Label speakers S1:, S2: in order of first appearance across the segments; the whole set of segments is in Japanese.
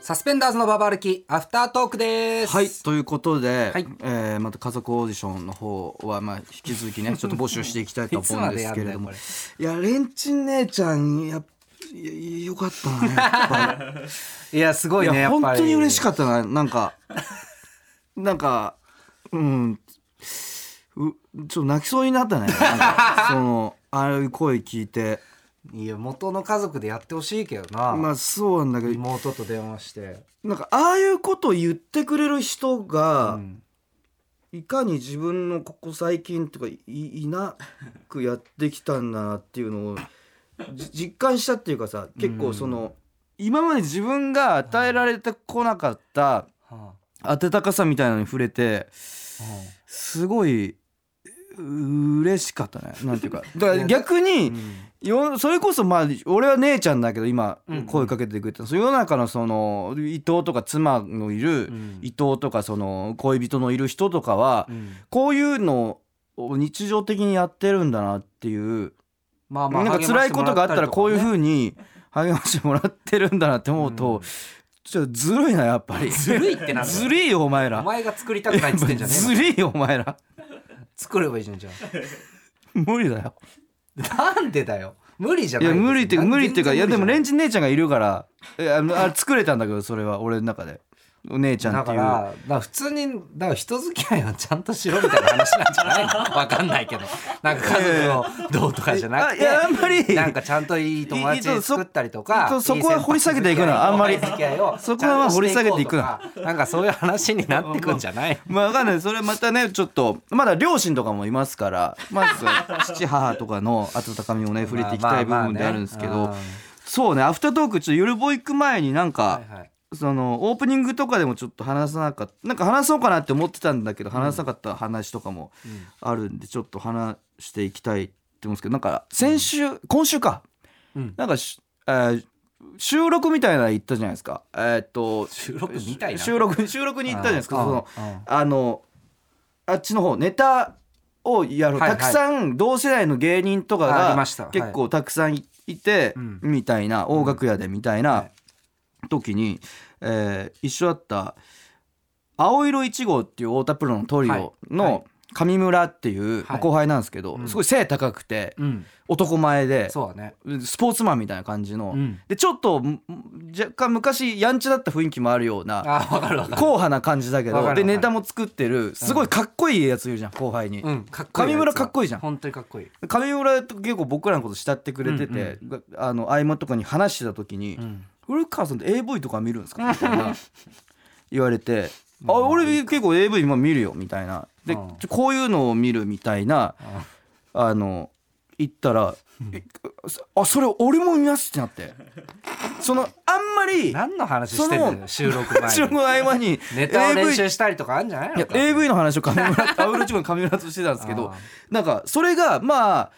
S1: サスペンダーズのババ歩きアフタートークです。
S2: はいということで、
S1: はい
S2: えーまた家族オーディションの方は、まあ、引き 続きねちょっと募集していきたいと思うんですけれども
S1: い
S2: い
S1: つ
S2: やレンチン姉ちゃんやっいやいやよかったなやっぱ
S1: いやすご
S2: り
S1: い
S2: い
S1: ね
S2: や
S1: やっ
S2: 本
S1: ぱり。
S2: 当に嬉しかったななんかなんかうんうちょっと泣きそうになったねな んかそのああいう声聞いて
S1: いや元の家族でやってほしいけどな。
S2: まあそうなんだけど
S1: 妹と電話して。
S2: なんかああいうことを言ってくれる人が、
S1: うん
S2: いかに自分のここ最近とかいいなくやってきたんだなっていうのをじ実感したっていうかさ結構その、今まで自分が与えられてこなかった
S1: は
S2: 温かさみたいなのに触れて
S1: あ
S2: すごいう嬉しかったねなんていうか だから逆
S1: う
S2: に
S1: ん
S2: よそれこそまあ俺は姉ちゃんだけど今
S1: うん
S2: 声かけてくれた、その世の中のその伊藤とか妻のいる、
S1: うん
S2: 伊藤とかその恋人のいる人とかは、
S1: うん
S2: こういうのを日常的にやってるんだなっていう、
S1: まあまあ
S2: なんか辛いことがあったらこういうふ うに励ましてもらってるんだなって思うと、
S1: うん
S2: ちょっとずるいなやっぱり
S1: ずるいってなんだよ
S2: ずるいよお前ら
S1: お前が作りたくないっつってんじゃねえ
S2: ず
S1: の
S2: るいよお前ら
S1: 作ればいいじゃんじゃ
S2: 無理だよ
S1: あなんでだよ無理じゃ
S2: い
S1: ない
S2: や無理っていうか無理っていうかいやでもレン
S1: チ
S2: チン姉ちゃんがいるからいやあのあ作れたんだけどそれは俺の中でお姉ちゃん
S1: だ
S2: って
S1: か
S2: い
S1: ら
S2: う
S1: だから普通にだから人付き合いはちゃんとしろみたいな話なんじゃないの わかんないけどなんか家族のどうとかじゃなく
S2: いやあん
S1: て
S2: まり
S1: なんかちゃんといい友
S2: いい
S1: 達
S2: とそ
S1: 作ったりとか
S2: そうそこは掘り下げていくなあんまり
S1: いい先輩を
S2: そこはまあ掘り下げていくな
S1: ちゃんとしていこうとかなんかそういう話になってくんじゃない
S2: まあわかんないそれまたねちょっとまだ両親とかもいますからまず父母とかの温かみをね触れていきたい部分であるんですけ
S1: まあま
S2: ど
S1: あね
S2: そうねアフタートークちょっとゆるぼ行く前にな
S1: う
S2: ん
S1: んは
S2: か
S1: いはい
S2: そのオープニングとかでもちょっと話さなかったなんか話そうかなって思ってたんだけど話さなかった話とかも
S1: うん
S2: あるんでちょっと話していきたいって思うんですけどなんか先週今週か
S1: うん
S2: なんかしえー収録みたいなの行ったじゃないですかえーっと
S1: 収録みたいな
S2: 収録収録に行ったじゃないですか
S1: あー
S2: その
S1: あー
S2: あのあっちの方ネタをやる、
S1: はいはい
S2: たくさん同世代の芸人とか
S1: ああり
S2: が
S1: ましたはい
S2: 結構たくさんいいて、
S1: うん
S2: みたいな大楽屋でみたい
S1: は
S2: な時に、えー一緒だった青色1号っていう太田プロのトリオ
S1: はいはい
S2: の上村っていうまあ
S1: はい
S2: 後輩なんですけど、
S1: うん
S2: すごい背高くて
S1: うん
S2: 男前で
S1: そうだね
S2: スポーツマンみたいな感じの、
S1: うん
S2: でちょっとん若干昔やんちゃだった雰囲気もあるような
S1: あーわかるわかる
S2: 硬派な感じだけ
S1: わか
S2: ど
S1: る
S2: で
S1: わかる
S2: ネタも作ってるすごいかっこいいやついるじゃん後輩に
S1: うんかっこいい
S2: 上村
S1: やつは
S2: かっこいいじゃん
S1: 本当にかっこいい
S2: 上村と結構僕らのこと慕ってくれててあの合間とかに話してた時に
S1: うん
S2: 「古川さんって AV とか見るんですか?」みた いな言われて「あ俺結構 AV 今見るよ」みたいなで
S1: うん
S2: ちょこういうのを見るみたいな
S1: あ
S2: あの言ったら「えあそれ俺も見ます」ってなってそのあんまり
S1: 何の話してん
S2: そ
S1: の
S2: の
S1: よ収録 前に
S2: 収録の合間に
S1: ネタを練
S2: AV
S1: 習したりとかあんじゃない
S2: いや
S1: のか
S2: AV の話を上村 とアウルチゴの上村としてたんですけど
S1: あ
S2: なんかそれがまあ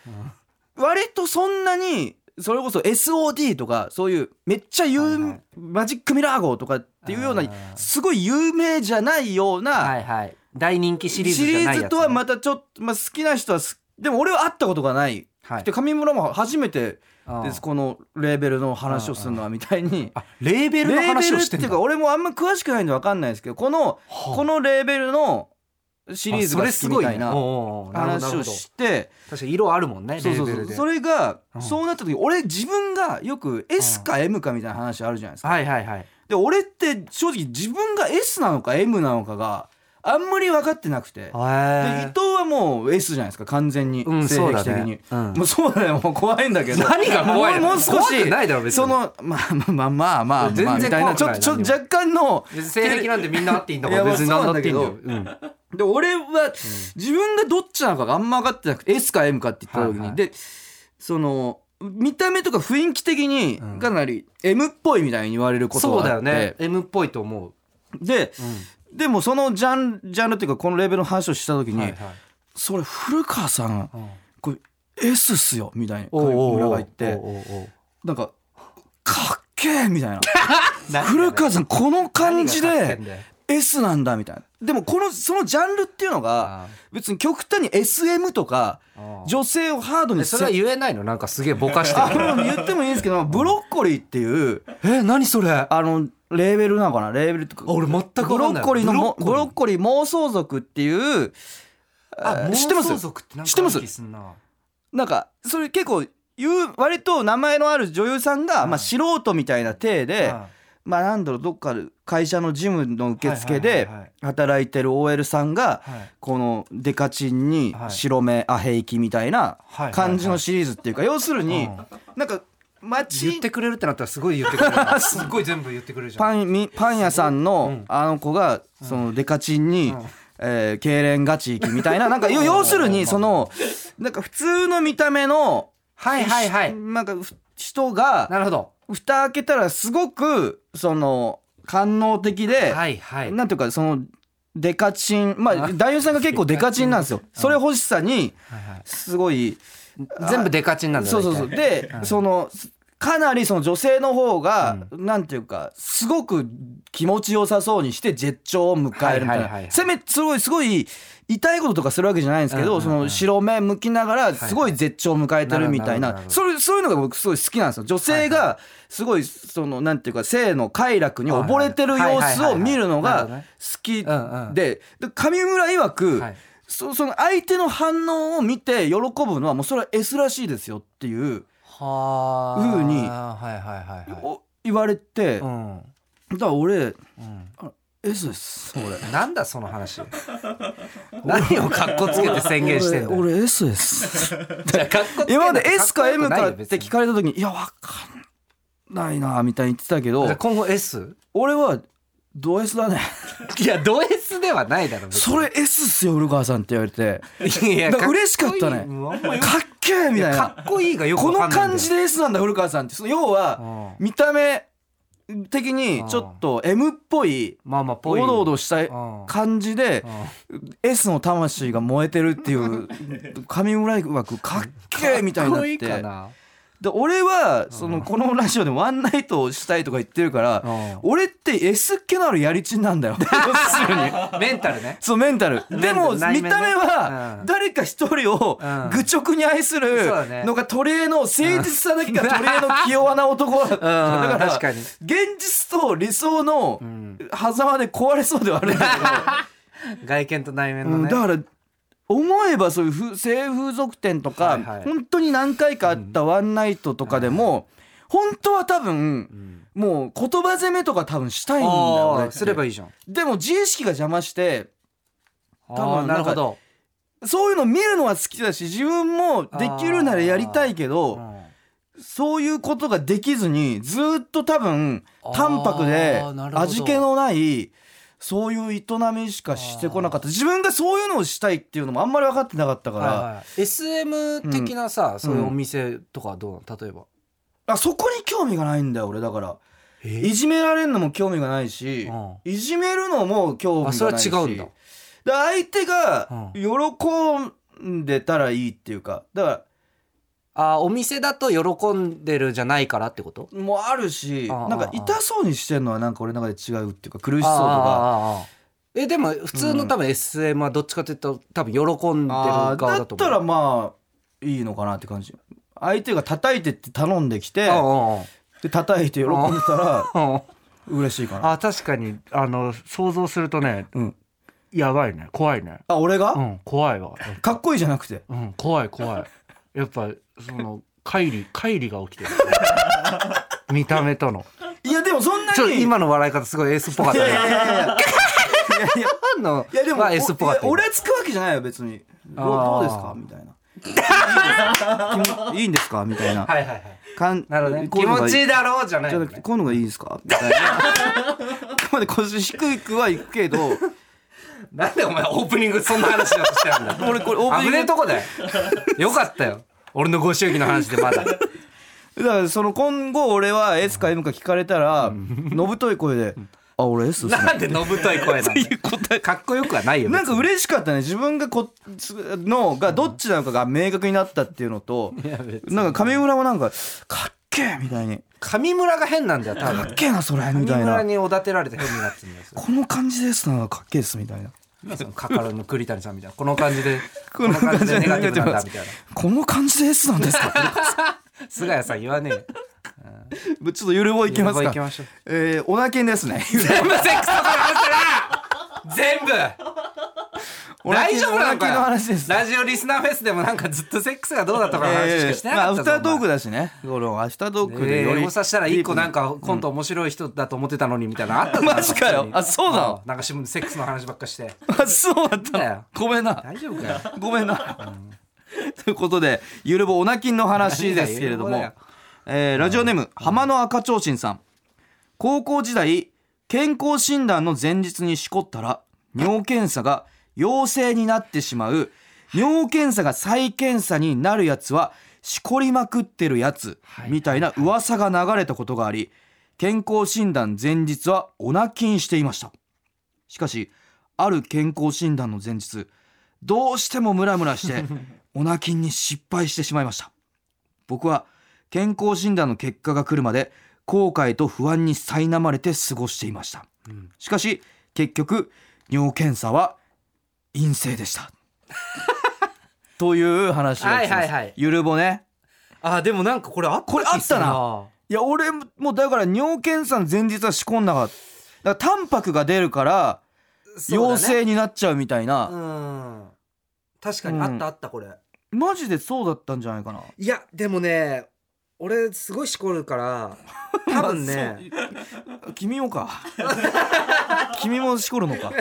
S2: 割とそんなにそれこそ SOD とかそういうめっちゃ有
S1: はいはい
S2: マジックミラー号とかっていうよう
S1: あ
S2: な
S1: ー
S2: すごい有名じゃないよう
S1: は
S2: ない
S1: はい大人気シリ
S2: シリ
S1: ーズじゃないやつ、ね、
S2: ーズとはまたちょっとまあ好きな人はすでも俺は会ったことがない
S1: はい
S2: で上村も初めて
S1: うん
S2: ですこのレーベルの話をするのはみたいに。
S1: あレーベルの話をしてん
S2: レーベルってい
S1: だ
S2: うか俺もあんま詳しくないんで分かんないですけどこの
S1: はあ
S2: このレーベルのシリーズが
S1: あ
S2: 好
S1: そ
S2: き
S1: れす
S2: み
S1: ご
S2: た
S1: ね
S2: いな
S1: おうおうおうなるほど
S2: 話をして
S1: 確かに色あるもんね
S2: そうそ
S1: レーベル
S2: うそう
S1: で
S2: それが
S1: うん
S2: そうなった時俺自分がよく S か M かみたいな話あるじゃないですか
S1: はいはいはい
S2: で俺って正直自分が S なのか M なのかがあんまり分かってなくてで伊
S1: へえ
S2: 藤はもう S じゃないですか完全に
S1: うん
S2: 性
S1: そう
S2: 癖
S1: だ
S2: 的に
S1: ねうん
S2: もうそうだよもう怖いんだけど
S1: 何が怖いの
S2: もうもう少
S1: 怖
S2: し
S1: くないだろ別に
S2: そのまあまあまあまあまあ
S1: 全然怖くない
S2: みたいなちょっとちょっと若干の
S1: 別に性癖なんでみんなあっていいんだか
S2: い
S1: ら
S2: や
S1: 別に何だっていいんだよ
S2: そう
S1: うん
S2: で俺は自分がどっちなのかがあんま分かってなくて S か M かって言った時に、
S1: はいはい
S2: でその見た目とか雰囲気的に
S1: うん
S2: かなり M っぽいみたいに言われること
S1: そう
S2: が
S1: だ
S2: あっ
S1: よ
S2: て、
S1: ね M っぽいと思う
S2: ででもそのジャンジャンルっていうかこのレベルの話をした時に、
S1: はいはい
S2: それ古川さん
S1: うん
S2: これ S っすよみたいに
S1: おうおうおう
S2: 村が言っ
S1: おうお
S2: て
S1: うおう
S2: なんかかっけえみたいな
S1: 何がね
S2: 古川さんこの感じ
S1: 何がかっけえ
S2: で
S1: んだよ
S2: S なんだみたいなでもこのそのジャンルっていうのが
S1: あ
S2: 別に極端に SM とか
S1: あ
S2: 女性をハードに
S1: えそれは
S2: せ
S1: 言えないのなんかすげえぼかして
S2: あこ
S1: る
S2: れも言ってもいいんですけ どブロッコリーっていう
S1: え何それあ
S2: あのレーベルなのかなレーベルとか
S1: 俺全く
S2: ブ
S1: わか
S2: ロ
S1: んな
S2: ッ
S1: い
S2: コリーのも
S1: ブ
S2: ブ
S1: ロ
S2: ロ
S1: ッ
S2: ッ
S1: コ
S2: コリー妄想族っていうえー知ってます
S1: 妄想族ってなんか
S2: 知ってます
S1: ある気すんな
S2: なんかそれ結構言う割と名前のある女優さんが、
S1: うん
S2: まあ、素人みたいな体で、
S1: あ
S2: まあなんだろうどっか会社のジムの受付
S1: はい
S2: で
S1: はいはいはい
S2: 働いてる OL さんが
S1: はい
S2: このデカチンに
S1: はい
S2: 白目アヘイキみたいな
S1: はいはい
S2: 感じのシリーズっていうか要するに
S1: うん
S2: なん
S1: 言
S2: か
S1: っ
S2: 街
S1: てくれるってなったらすごい言ってくれるな すっごい全部言ってくれるじゃん
S2: パンみパン屋さん
S1: う
S2: の
S1: ん
S2: あの子がそのデカチンに
S1: うん。
S2: えー、痙攣ガチ行きみたいななん か要要するにそのなんか普通の見た目の
S1: はいはいはい
S2: なんかふ人が
S1: なるほど
S2: 蓋開けたらすごくその官能的で、
S1: はいはい
S2: なんていうかそのデカチンま
S1: あ
S2: あ男優さんが結構デカチンなん ですよそれ欲しさに
S1: はいはい
S2: すごい
S1: 全部デカチンなんだ
S2: そうそうそう
S1: 大体
S2: で
S1: うん
S2: そのかなりその女性の方が、なんていうかすごく気持ちよさそうにして絶頂を迎えるみたい
S1: はいはいはいは
S2: ないせめすごいすごい痛いこととかするわけじゃないんですけど、
S1: うんうんうん
S2: その白目向きながらすごい絶頂を迎えてるみたい
S1: は
S2: な,、
S1: いはいなるほどなるほど
S2: それそういうのが僕すごい好きなんですよ女性
S1: はい
S2: がすごいそのなんていうか性の快楽に溺れてる様子を見るの
S1: はいはいはいはいなるほど
S2: が
S1: ね
S2: 好き
S1: うんうん
S2: でで上村曰く、
S1: はい
S2: そその相手の反応を見て喜ぶのはもうそれは S らしいですよっていう
S1: はー
S2: ふうに
S1: はいはいはいはい
S2: お言われて、
S1: う
S2: だか
S1: ん
S2: ら俺
S1: うん
S2: あ S です俺
S1: なんだその話何をかっこつけて宣言してんだよ
S2: 俺俺 S です
S1: じゃあかっこつけんな
S2: 今まで S か M
S1: か
S2: かっ
S1: っこよくないよ別
S2: て
S1: に
S2: 聞かれた時にいやわかんないなみたいに言ってたけど
S1: じゃあ今後 S?
S2: 俺はド S だね
S1: いやド S ではないだろ別に
S2: それ S っすよ古川さんって言われて
S1: いや
S2: だから嬉しかった
S1: か
S2: ね
S1: っこいいうんあんま
S2: かっ
S1: よ
S2: けえみたい
S1: か
S2: な
S1: っこいいがよく
S2: こ
S1: わかん
S2: の
S1: ないんだよ
S2: 感じで S なんだ古川さんってその要は
S1: うん
S2: 見た目的にちょっと M っぽい
S1: まあまあぽ
S2: お
S1: い
S2: どおどしたい
S1: うん
S2: 感じで
S1: うん
S2: S の魂が燃えてるっていう上村枠かっけえみたいになっ
S1: かっこいいか
S2: て
S1: な
S2: で俺はそのこのラジオでワンナイトをしたいとか言ってるから
S1: うん
S2: 俺って S っ気のあるやりちんな んだよ要するに
S1: メンタルね
S2: そうメンタルでも見た
S1: 内面ね
S2: 目は
S1: うん
S2: 誰か一人を
S1: うん
S2: 愚直に愛する
S1: そうだね
S2: のがトレーの誠実さだけがトレーの器用な男だった
S1: うん
S2: だ
S1: 確
S2: か
S1: からに
S2: 現実と理想の
S1: ん
S2: 狭間で壊れそうではあるんだけど
S1: 外見と内面
S2: う
S1: の
S2: ん、
S1: ね
S2: だから思えばそういうふ性風俗店とか、
S1: はいはい
S2: 本当に何回かあったワンナイトとかでも、本当は多分、もう言葉攻めとか多分したいんだよ
S1: あ
S2: 俺
S1: あ
S2: って
S1: すればいいじゃん
S2: でも自意識が邪魔して
S1: 多
S2: 分
S1: なるほど
S2: そういうの見るのは好きだし自分もできるならやりたいけ
S1: う
S2: ど
S1: ん
S2: そういうことができずにずっと多分淡白で
S1: あーなるほど
S2: 味気のないそういう営みしかしてこなかった自分がそういうのをしたいっていうのもあんまり分かってなかったから。
S1: はいはい SM 的なさ、そういうお店とかはどうなの例えば、
S2: あそこに興味がないんだよ俺だから
S1: え
S2: いじめられるのも興味がないし、
S1: うん
S2: いじめるのも興味がな
S1: あ
S2: いし
S1: それは違うんだ
S2: で相手が喜んでたらいいっていうかだか
S1: あお店だと喜んでるじゃないからってこと
S2: らもうあるし
S1: ああ
S2: なんか痛そうにしてるのはなんか俺の中で違うっていうか苦し
S1: あ
S2: そうとか
S1: あああえでも普通の多分 SM はどっちかというと多分喜んでる側
S2: あーだ
S1: だ
S2: っ
S1: と思う
S2: たらまあいいのかなって感じ相手が叩いてって頼んできて
S1: うんうんうん
S2: で叩いて喜んでたら
S1: うん
S2: 嬉しいかな
S3: あ確かにあの想像するとね、
S2: うん
S3: やばいね怖いね
S2: あ俺が、
S3: うん怖いわ
S2: かっこいいじゃなくて
S3: うん怖い怖いやっぱそ の乖離乖離が起きてる見た目との
S2: いやでもそんな
S1: ちょっと
S2: に
S1: 今の笑い方すごいエースっぽかっ
S2: い
S1: た
S2: やいやい
S1: ね
S2: やいやいや
S1: 今の
S2: いやでも、
S1: はエースっぽかった
S2: おいや俺はつくわけじゃないよ別にどう
S1: あー
S2: どうですかみたいないいんですかみたいな
S1: はいはいはい
S2: かん
S1: なるほどね
S2: こう
S1: 気
S2: いうのが
S1: 持ちいいだろうじゃない
S2: じゃ
S1: の
S2: な
S1: ね
S2: くてこういうのがいいですかみたいなまで腰低くはいくけど
S1: なんでお前オープニングそんな話をしてるんだ
S2: 俺これオープニング
S1: 危ねえとこだ よよかったよ俺のご祝儀の話でまだ
S2: だからその今後俺は S か M か聞かれたらのぶとい声で「あ俺 S です ね
S1: なんでのぶとい声なんだよかっこよくはない」よ
S2: なんか嬉しかったね自分がこのがどっちなのかが明確になったっていうのと
S1: 別にいや別に
S2: なんか上村もなんかかっけえみたいに
S1: 上村が変なんだよ多
S2: かっ
S1: 分
S2: けえなそれみ
S1: 上
S2: たい
S1: 村
S2: な
S1: におだてられて変になってるん ですよ
S2: この感じですなかっけえですみたいな
S1: そのカカロの栗谷さんみたいなこの感じで
S2: この感じで
S1: このネガティブなんだ
S2: ネガティブなんだ
S1: みたい
S2: この感じですなんですか
S1: な菅谷さん言わねえよ
S2: ちょっとゆるぼいきます
S1: 行
S2: か
S1: きましょう
S2: えー、オナケンです ね
S1: 全部セックスの話だな全部
S2: オナ
S1: 大
S2: ケン
S1: 丈夫な
S2: オナ
S1: の
S2: ケン
S1: か
S2: の話です
S1: ラジオリスナーフェスでもなんかずっとセックスがどうだとかの話しかしてな
S2: まあ、
S1: か
S2: ア
S1: った
S2: フ
S1: ぞ、
S2: タートーク
S1: だ
S2: だしねこのアフタートークでよ り
S1: 英語さしたら一個なんかコント面白い人だと思ってたのにみたいなのあったぞ
S2: マジかよあそうなの
S1: んなんかしセックスの話ばっかして
S2: あそうだった
S1: だ
S2: の
S1: よ
S2: ごめんな
S1: 大丈夫かよ
S2: ごめんな。 ということで、ゆるぼおなきんの話ですけれど
S1: 何がゆ
S2: も
S1: るぼ、
S2: えーラジオネーム、浜の赤ちょうちんさん。高校時代、健康診断の前日にしこったら、尿検査が陽性になってしまう、尿検査が再検査になるやつは、しこりまくってるやつ、みたいな噂が流れたことがあり、健康診断前日はおなきんしていました。しかし、ある健康診断の前日、どうしてもムラムラしてオナキンに失敗してしまいました僕は健康診断の結果が来るまで後悔と不安に苛まれて過ごしていました、しかし結局尿検査は陰性でした という話を
S1: はいはいはい
S2: ゆるぼね
S1: あでもなんかこれあった
S2: これあった
S1: 気する
S2: ないや俺もだから尿検査の前日は仕込んだがだからタンパクが出るから
S1: そう
S2: 陽
S1: だね
S2: 性になっちゃうみたいな、
S1: うん確か
S2: う
S1: に
S2: ん
S1: あったあったこれ、
S2: マジでそうだったんじゃないかない
S1: やでもね俺すごいしこるから多分 ね
S2: 君もか君もしこるのか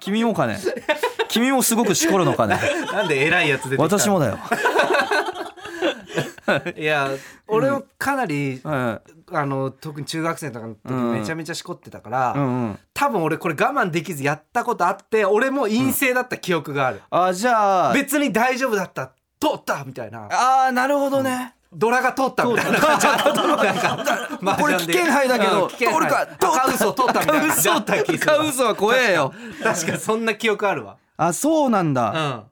S2: 君もかね君もすごくしこるのかね
S1: なんで偉いやつ出てきたの
S2: 私もだよ、
S1: いや俺もかなり、
S2: うん、
S1: あの特に中学生とかの時
S2: うん
S1: めちゃめちゃしこってたから、
S2: うんうん
S1: 多分俺これ我慢できずやったことあって俺も陰性だった記憶がある、
S2: あじゃあ
S1: 別に大丈夫だった通ったみたいな
S2: あーなるほどね、
S1: ドラが通ったみたいな感じだったと思う なん か麻雀で
S2: これ危険牌だけど
S1: うん危険
S2: 通るか
S1: 牌
S2: 通った
S1: 赤嘘通ったみたいな感じだった気するわ
S2: 赤嘘は怖えよ
S1: 確かにそんな記憶あるわ
S2: あそうなん
S1: う
S2: だ、
S1: ん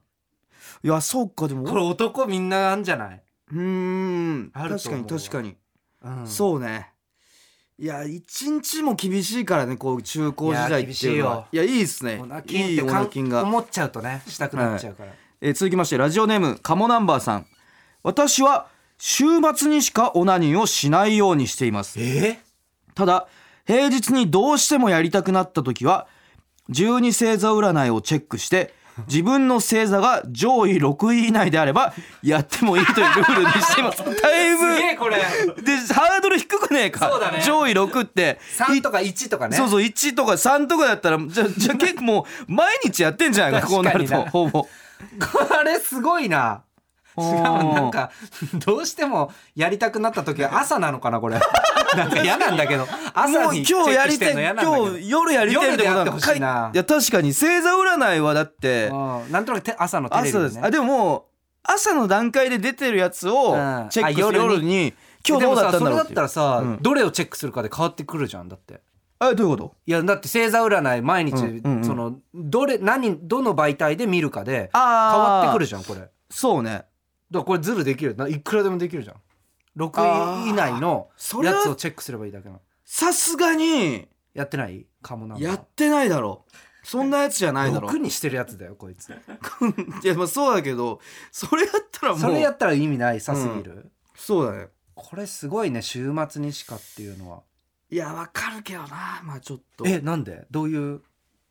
S2: いやそうかでも
S1: これ男みんなあんじゃない、
S2: うーん
S1: あると
S2: 確か
S1: 思う
S2: に
S1: わ
S2: 確かに、
S1: うん
S2: そうねいや一日も厳しいからねこう中高時代っていうのはいやいいっすね
S1: お腹筋
S2: い
S1: っ
S2: い
S1: て
S2: お
S1: かん
S2: 腹筋が
S1: 思っちゃうとねしたくなっちゃうから、
S2: えー続きましてラジオネームカモナンバーさん私は週末にしかオナニーをしないようにしています
S1: え
S2: ただ平日にどうしてもやりたくなった時は十二星座占いをチェックして自分の星座が上位6位以内であればやってもいいというルールにしてい ますだ
S1: すげ
S2: いぶ
S1: えこれ
S2: でハードル低くねえか
S1: そうだね
S2: 上位6って
S1: 3とか1とかね
S2: そうそう1とか3とかだったらじゃじゃ結構もう毎日やってんじゃないかこうなる と
S1: 確かにな
S2: ほ
S1: こ
S2: ぼ
S1: れすごいなし
S2: おー
S1: かもなんかどうしてもやりたくなった時は朝なのかなこ れなんか嫌なんだけど
S2: も
S1: 朝
S2: う
S1: に
S2: 今
S1: チェ
S2: 日
S1: ッ
S2: や
S1: ク
S2: り
S1: して
S2: て
S1: んの嫌なんだけど
S2: 今日夜やりてるってこと
S1: 夜でや
S2: な
S1: って
S2: の
S1: ほ
S2: か
S1: し
S2: い
S1: い
S2: い
S1: な
S2: や確かに星座占いはだって
S1: うんなんとなくて朝のテレビ、ね、
S2: 朝です、あでももう朝の段階で出てるやつを
S1: うん
S2: チェックする
S1: あ夜に
S2: 夜に今日どうだったんだろうってい
S1: でもさそれだったらさ、
S2: ううん
S1: どれをチェックするかで変わってくるじゃんだって
S2: あどういうこと
S1: いやだって星座占い毎日、
S2: うんうんうん
S1: そのどれ何どの媒体で見るかで変
S2: あー
S1: わってくるじゃんこれだか
S2: そうね
S1: らこれズルできるないくらでもできるじゃん6位以内の
S2: それ
S1: や
S2: は
S1: つをチェックすればいいだけの
S2: さすがに
S1: やってないかもな
S2: やってないだろうそんなやつじゃ ないだろう
S1: 6にしてるやつだよこい つ
S2: いやまあそうだけどそれやったらもう
S1: それやったら意味ないさすぎる、
S2: そうだね
S1: これすごいね週末にしかっていうのはい
S2: やわかるけどなまあちょっと
S1: えなんでどういう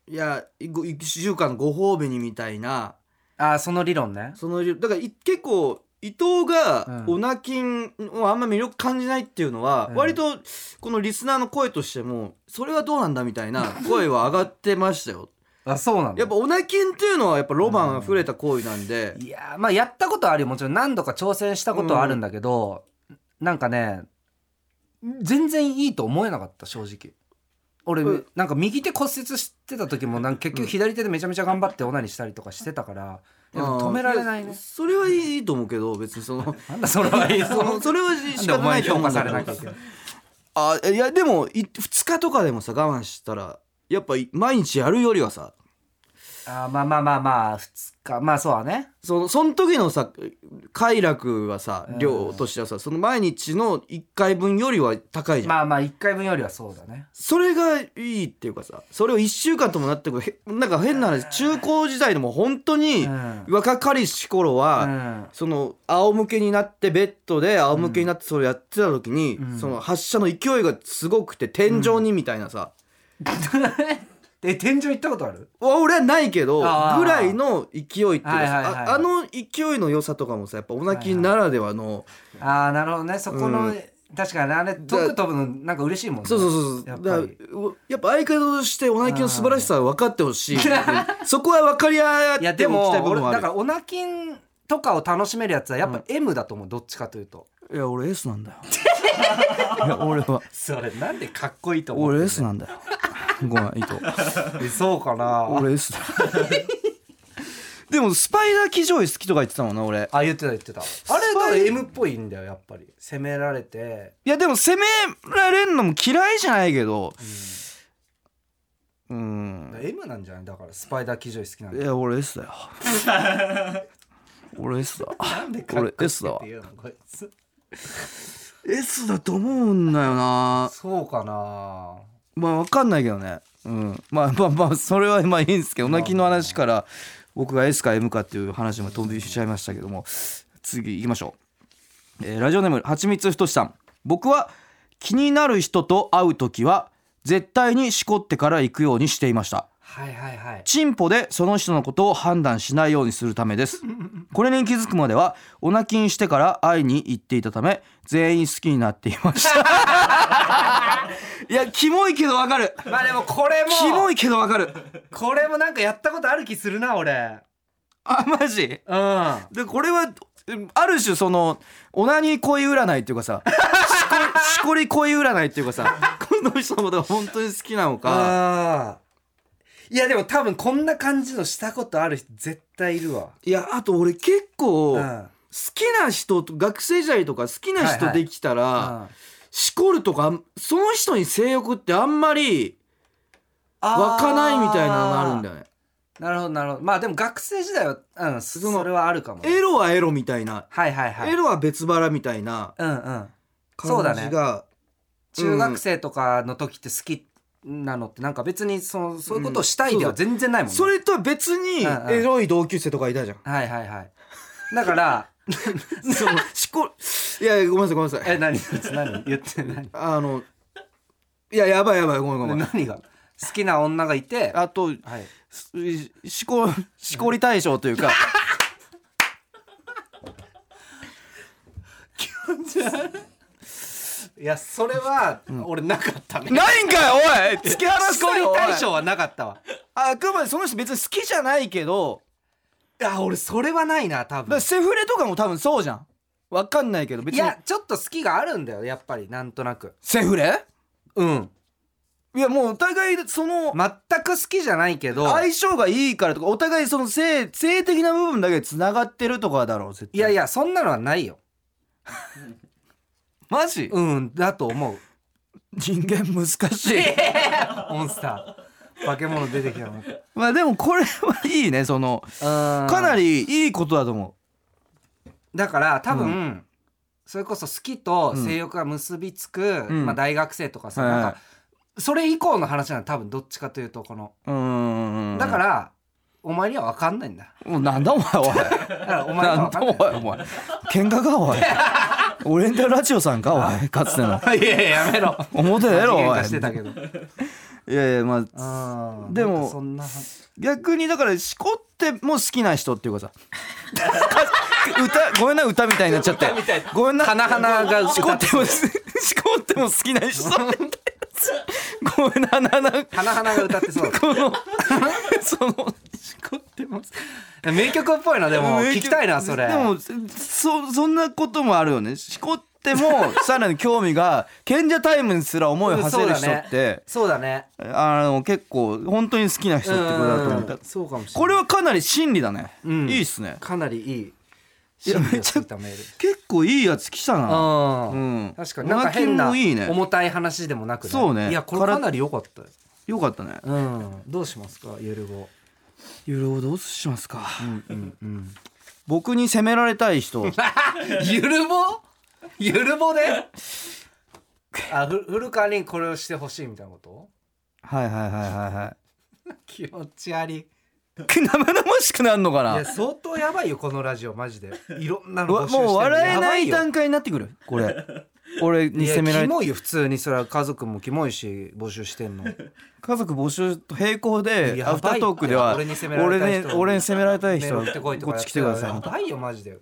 S2: いやご一週間のご褒美にみたいな
S1: あーその理論ね
S2: そのだからい結構伊藤が
S1: うん
S2: オナキンをあんま魅力感じないっていうのは、
S1: うん
S2: 割とこのリスナーの声としてもそれはどうなんだみたいな声は上がってまし たよ
S1: あそうなんだ
S2: やっぱオナキンっていうのはやっぱロマンあふれた行為なんで、
S1: いやーまあやったことはあるよもちろん何度か挑戦したことはあるんだけど、なんかね全然いいと思えなかった正直俺、
S2: うん
S1: なんか右手骨折してた時もなんか結局左手でめちゃめちゃ頑張ってオナニーしたりとかしてたから、でも
S2: あー
S1: 止められないね
S2: やそれはいいと思うけど別にそ の
S1: なんだそれは
S2: そのそれは
S1: なん
S2: 仕
S1: でお
S2: 方な
S1: 前
S2: いと
S1: 評
S2: 思う
S1: 価
S2: ん
S1: さ
S2: だ
S1: れ
S2: け
S1: なきゃい
S2: ど
S1: けない
S2: あいやでもい2日とかでもさ我慢したらやっぱい毎日やるよりはさ
S1: あーまあまあまあまあ2日まあそうだね
S2: そのその時のさ快楽はさ
S1: うん
S2: 量としてはさその毎日の1回分よりは高いじゃん、
S1: まあまあ1回分よりはそうだね
S2: それがいいっていうかさそれを1週間ともなってくるへなんか変な話中高時代でも本当に
S1: うん
S2: 若かりし頃は、
S1: うん
S2: その仰向けになってベッドで仰向けになってそれやってた時に、
S1: うん
S2: その発射の勢いがすごくて天井にみたいなさ、
S1: え天井行ったことある
S2: 俺はないけどぐ
S1: あー
S2: らいの勢いっていうかさ、
S1: はいはいはい
S2: ああの勢いの良さとかもさやっぱオナキならではの、
S1: ああなるほどねそこの、
S2: うん
S1: 確かにあれ遠く飛ぶのなんか嬉しいもんね
S2: そうそうそうそ
S1: やっ
S2: う
S1: ぱ
S2: だ
S1: り
S2: からうやっぱ相方としてオナキの素晴らしさは分かってほしいそこは分かり合っ
S1: いや
S2: て
S1: で
S2: おき
S1: も
S2: たい部
S1: 俺
S2: 分はあ
S1: だ
S2: る
S1: からオナキンとかを楽しめるやつはやっ
S2: う
S1: ぱ M だと思う、どっちかというと
S2: いや俺 S なんだよ いや俺は
S1: それなんでかっこいいと
S2: 俺 S なんだよごめん伊藤
S1: そうかな
S2: 俺 S だでもスパイダー騎乗位好きとか言ってたもんな俺
S1: あ言ってた言ってたあれが M っぽいんだよやっぱり責められて
S2: いやでも攻められんのも嫌いじゃないけどうん
S1: だから M なんじゃないだからスパイダー騎乗位好きなん
S2: い
S1: だよ
S2: や俺 S だよ俺 S だ
S1: なんでかっこいい
S2: 俺 S だわ
S1: っていうのこいつ
S2: S だと思うんだよな
S1: そうかな
S2: まあわかんないけどねうんまあまあまあそれはまあいいんですけどおなきの話から僕が S か M かっていう話も飛びしちゃいましたけども次行きましょう、えーラジオネームはちみつふとしさん僕は気になる人と会う時は絶対にしこってから行くようにしていました
S1: はいはいはい
S2: チンポでその人のことを判断しないようにするためですこれに気づくまではオナキンしてから会いに行っていたため全員好きになっていました いやキモいけどわかる
S1: まあでもこれも
S2: キモいけどわ かる
S1: これもなんかやったことある気するな俺
S2: あマジ
S1: うんあ
S2: でこれはうんある種そのオナニー恋占いっていうかさ しこりしこり恋占いっていうかさこの人のことが本当に好きなのか
S1: あーいやでも多分こんな感じのしたことある人絶対いるわ
S2: いやあと俺結構
S1: う
S2: 好
S1: ん
S2: きな人と学生時代とか好きな
S1: はいは
S2: 人
S1: い
S2: できた
S1: あ
S2: ら、しこるとかあんその人に性欲ってあんまり湧かないみたいなのがあるんだよね
S1: なるほどなるほどまあでも学生時代はうんそ
S2: の
S1: れはあるかも
S2: エロはエロみたいな、
S1: はいはいはい
S2: エロは別腹みたいな
S1: うんうんそうだ
S2: 感じ
S1: ね
S2: が
S1: 中学生とかの時って好きなのってなんか別にそのそういうことをしたいで
S2: う
S1: は
S2: ん
S1: 全然ないもんね、
S2: それとは別に
S1: うんうん
S2: エロい同級生とかいたじゃん
S1: はいはいはいだから
S2: そのしこいやいやごめんなさいごめんなさい
S1: え何何言って何
S2: あのいややばいやばいごめんごめん
S1: 何が好きな女がいて
S2: あと
S1: はい
S2: すしこしこり対象というか
S1: いやそれは俺なかった ね、
S2: ないんかいおい突き放
S1: しこり対象はなかったわ
S2: あくまでその人別に好きじゃないけど
S1: いや俺それはないな多
S2: だか
S1: 分
S2: らセフレとかも多分そうじゃんわかんないけど別
S1: い
S2: に
S1: やちょっと好きがあるんだよやっぱりなんとなく
S2: セフレ
S1: うん
S2: いやもうお互いその
S1: 全く好きじゃないけど
S2: 相性がいいからとかお互いその性性的な部分だけつながってるとかだろう絶対
S1: いやいやそんなのはないよ
S2: マジ、
S1: うんだと思う
S2: 人間難しい
S1: モンスター化け物出てきたの
S2: まあでもこれはいいねそのか
S1: か
S2: なりいいことだと思
S1: だから多分、
S2: う
S1: それこそ好きと性欲が結びつく、
S2: うん
S1: まあ、大学生とかさ、
S2: はいはい
S1: なんかそれ以降の話なの多分どっちかというとこの
S2: ううん
S1: だから、お前には分かんないんだ
S2: もうなんだお 前おい
S1: だからお前に
S2: な
S1: は
S2: ん
S1: 分かん
S2: だ
S1: ない
S2: お前お前喧嘩か おいオリエンタルラジオさんか おいかつての
S1: いやいややめろ
S2: 表でやろ
S1: 喧
S2: お
S1: 嘩してた
S2: い
S1: けど
S2: いやいやまあ
S1: うん
S2: でも
S1: なんかそんな
S2: 逆にだからしこっても好きな人っていう かさ歌ごめんな歌みたいになっちゃってごめんな
S1: 花々が
S2: しこってもしこっても好きな人みたいなごめんな花々
S1: 花々が歌ってそう
S2: このその
S1: しこってます名曲っぽいなでも聞きたいなそれ
S2: でもそそんなこともあるよねしこっても さらに興味が賢者タイムにすら思いを馳せる人って、
S1: そうだね
S2: あの結構本当に好きな人
S1: そう
S2: って
S1: だ
S2: こ
S1: ね
S2: とだと思った
S1: うんそうかもしれない
S2: これはかなり真理だね、
S1: うん
S2: いいっすね
S1: かなりいい
S2: いや
S1: 心理
S2: め
S1: を
S2: ちゃ
S1: ついたメール
S2: 結構いいやつ来たな
S1: あ
S2: うん
S1: 確かになんか変
S2: お腹
S1: な
S2: もいいね
S1: 重たい話でもなくね
S2: そうね
S1: いやこれかなり良かったよ
S2: よかったね
S1: うんどうしますかゆるご
S2: ゆるをどうしますか
S3: うんうんうん
S2: 僕に責められた い人
S1: ゆるぼゆるぼであふ古川にこれをしてほしいみたいなこと
S2: はいはいはいはいはい
S1: 気持ちあり
S2: 生々しくなるのか
S1: い
S2: な
S1: や相当やばいよこのラジオマジでいろんなの募
S2: わ
S1: 集してる
S2: もう笑えない
S1: やばよ
S2: 段階になってくるこ れ俺に
S1: いや
S2: 責められ
S1: キモいよ普通にそれは家族もキモいし募集してんの
S2: 家族募集と並行で
S1: やばい
S2: アフタートークでは
S1: 俺に責めら
S2: 俺
S1: れたい
S2: ね
S1: 人
S2: 俺に責められた い
S1: メー
S2: 人
S1: ル
S2: は
S1: 送ってこ
S2: こ
S1: いとか
S2: っ
S1: や
S2: ち来てくださ
S1: や
S2: い
S1: ばいよマジで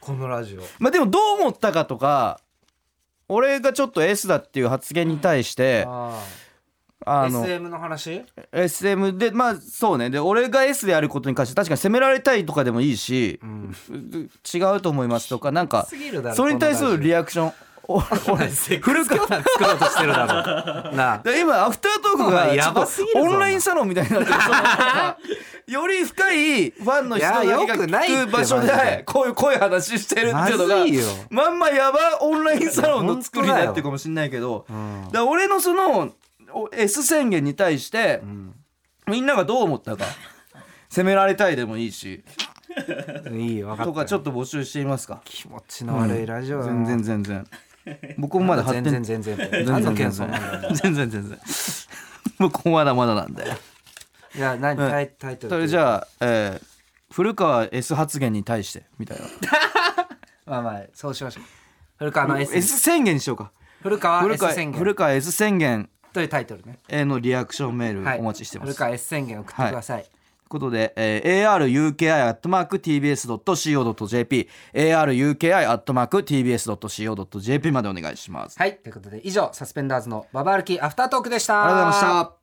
S1: このラジオ
S2: まあでもどう思ったかとか俺がちょっと S だっていう発言に対して
S1: ああ
S2: あの
S1: SM の話
S2: SM でまあそうねで俺が S であることに関して確かに責められたいとかでもいいし、違うと思いますとかなんか
S1: すぎるだろ
S2: それに対するリ
S1: ア
S2: アクシ ョンお俺
S1: 古川作ろうとしてるだろ なあ
S2: で今アフタートーク
S1: お
S2: が
S1: 前
S2: ちょ
S1: やば
S2: っ
S1: すぎる
S2: と
S1: ぞ
S2: オンラインサロンみたいになってるそのなんかより深いファンの人だけが
S1: いやよくないって
S2: 聞く場所
S1: マジで
S2: でこういう濃い話してるっていう
S1: ま
S2: のが
S1: ずいよ
S2: まんまやばオンラインサロンの作りになってるかもしれないけどだから俺のそのお S 宣言に対して、みんながどう思っ たか責められたいでもいいし
S1: いいよ分かった
S2: とかちょ
S1: っ
S2: っと募集していますか
S1: 気持ちの悪いラジオだな
S2: 全然全然僕もま
S1: ま
S2: だ
S1: だ
S2: 発
S1: 全然
S2: 展
S1: 全然何の謙遜なんだよ
S2: 全然全然 僕もまだまだなんで
S1: いや何タイタイトル
S2: それじゃあ、えー古川 S 発言に対してみたいな
S1: まあまあそうしましょう古川の S,
S2: S 宣言にしようか
S1: 古川
S2: 古
S1: S
S2: 川
S1: 宣言
S2: 古川 S 宣言
S1: というタイトルね
S2: へのリアクションメー
S1: はい
S2: ルお待ちしてます、
S1: 古川 S 宣言送ってください
S2: ということで、えー、aruki.tbs.co.jp aruki.tbs.co.jp までお願いします。
S1: はいということで以上サスペンダーズのババ歩きアフタートークでした
S2: ありがとうございました。